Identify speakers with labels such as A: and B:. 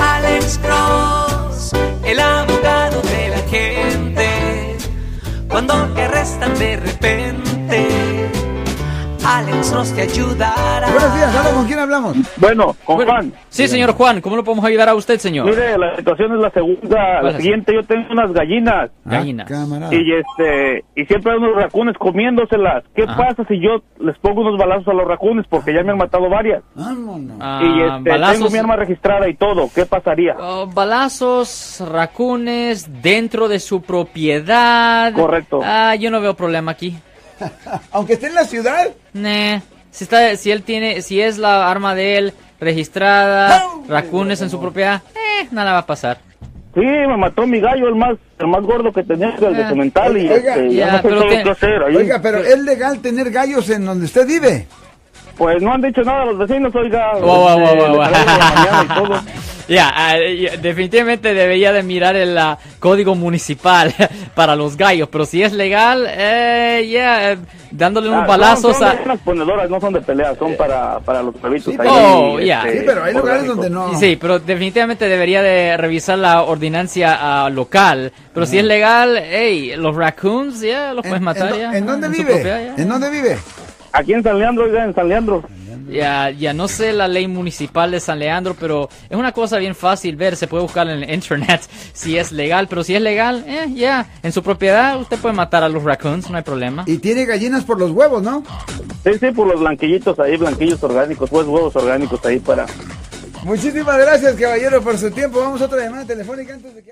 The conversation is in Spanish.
A: Alex Cross, el abogado de la gente. Cuando te arrestan de repente, Alex Cross te ayudará.
B: Buenos días, ¿aló? ¿Con quién hablamos?
C: Bueno, con
D: Bueno,
C: Juan.
D: Sí, señor Juan, ¿cómo lo podemos ayudar a usted, señor?
C: Mire, la situación es la segunda.
D: ¿Cuál
C: La
D: es?
C: siguiente, yo tengo unas gallinas
D: Gallina.
B: Ah, camarada.
C: y este y siempre hay unos racunes comiéndoselas. ¿Qué
D: Ajá.
C: pasa si yo les pongo unos balazos a los racunes? Porque ya me han matado varias.
B: Vámonos.
D: Ah,
C: y este, tengo mi arma registrada y todo. ¿Qué pasaría?
D: Oh, balazos, racunes, dentro de su propiedad.
C: Correcto.
D: Ah, yo no veo problema aquí.
B: Aunque esté en la ciudad.
D: Nah. Si, está, si él tiene, si es la arma de él registrada,
B: ¡Au!
D: racunes en su propiedad, eh, nada va a pasar.
C: Sí, me mató mi gallo, el más el más gordo que tenía que el de
D: Ah.
C: cemental. Y
B: Oiga,
C: este,
D: ya,
C: ya no sé
D: pero
C: todo
D: que-
C: qué hacer ahí.
B: Oiga, pero ¿es legal tener gallos en donde usted vive?
C: Pues no han dicho nada a los vecinos, oiga.
D: Wow, wow,
C: este,
D: wow, wow,
C: le
D: wow.
C: traigo la mañana y todo.
D: Ya, ah, ya, definitivamente debería de mirar el ah, código municipal para los gallos, pero si es legal, eh, ya, eh, dándole unos
C: Ah,
D: balazos
C: son,
D: a...
C: son de unas ponedoras, no son de pelea, son para, para los bebitos.
B: sí,
C: pues, ahí, este,
D: oh, ya.
B: Sí, pero hay lugares
C: orgánicos.
B: donde no.
D: Sí, pero definitivamente debería de revisar la ordinancia ah, local. Pero si es legal, hey, los raccoons, ya, los pues, puedes
B: ¿En-
D: matar.
B: en,
D: ya, Ah,
B: do- en dónde
D: su
B: vive?
D: propiedad, ya.
B: ¿En dónde vive?
C: Aquí en San Leandro, oiga, en San Leandro.
D: Ya, ya no sé la ley municipal de San Leandro, pero es una cosa bien fácil ver, se puede buscar en el internet si es legal, pero si es legal, eh, ya, en su propiedad usted puede matar a los raccoons, no hay problema.
B: Y tiene gallinas por los huevos, ¿no?
C: Sí, sí, por los blanquillitos ahí, blanquillos orgánicos, pues huevos orgánicos ahí para...
B: Muchísimas gracias, caballero, por su tiempo. Vamos a otra llamada telefónica antes de que...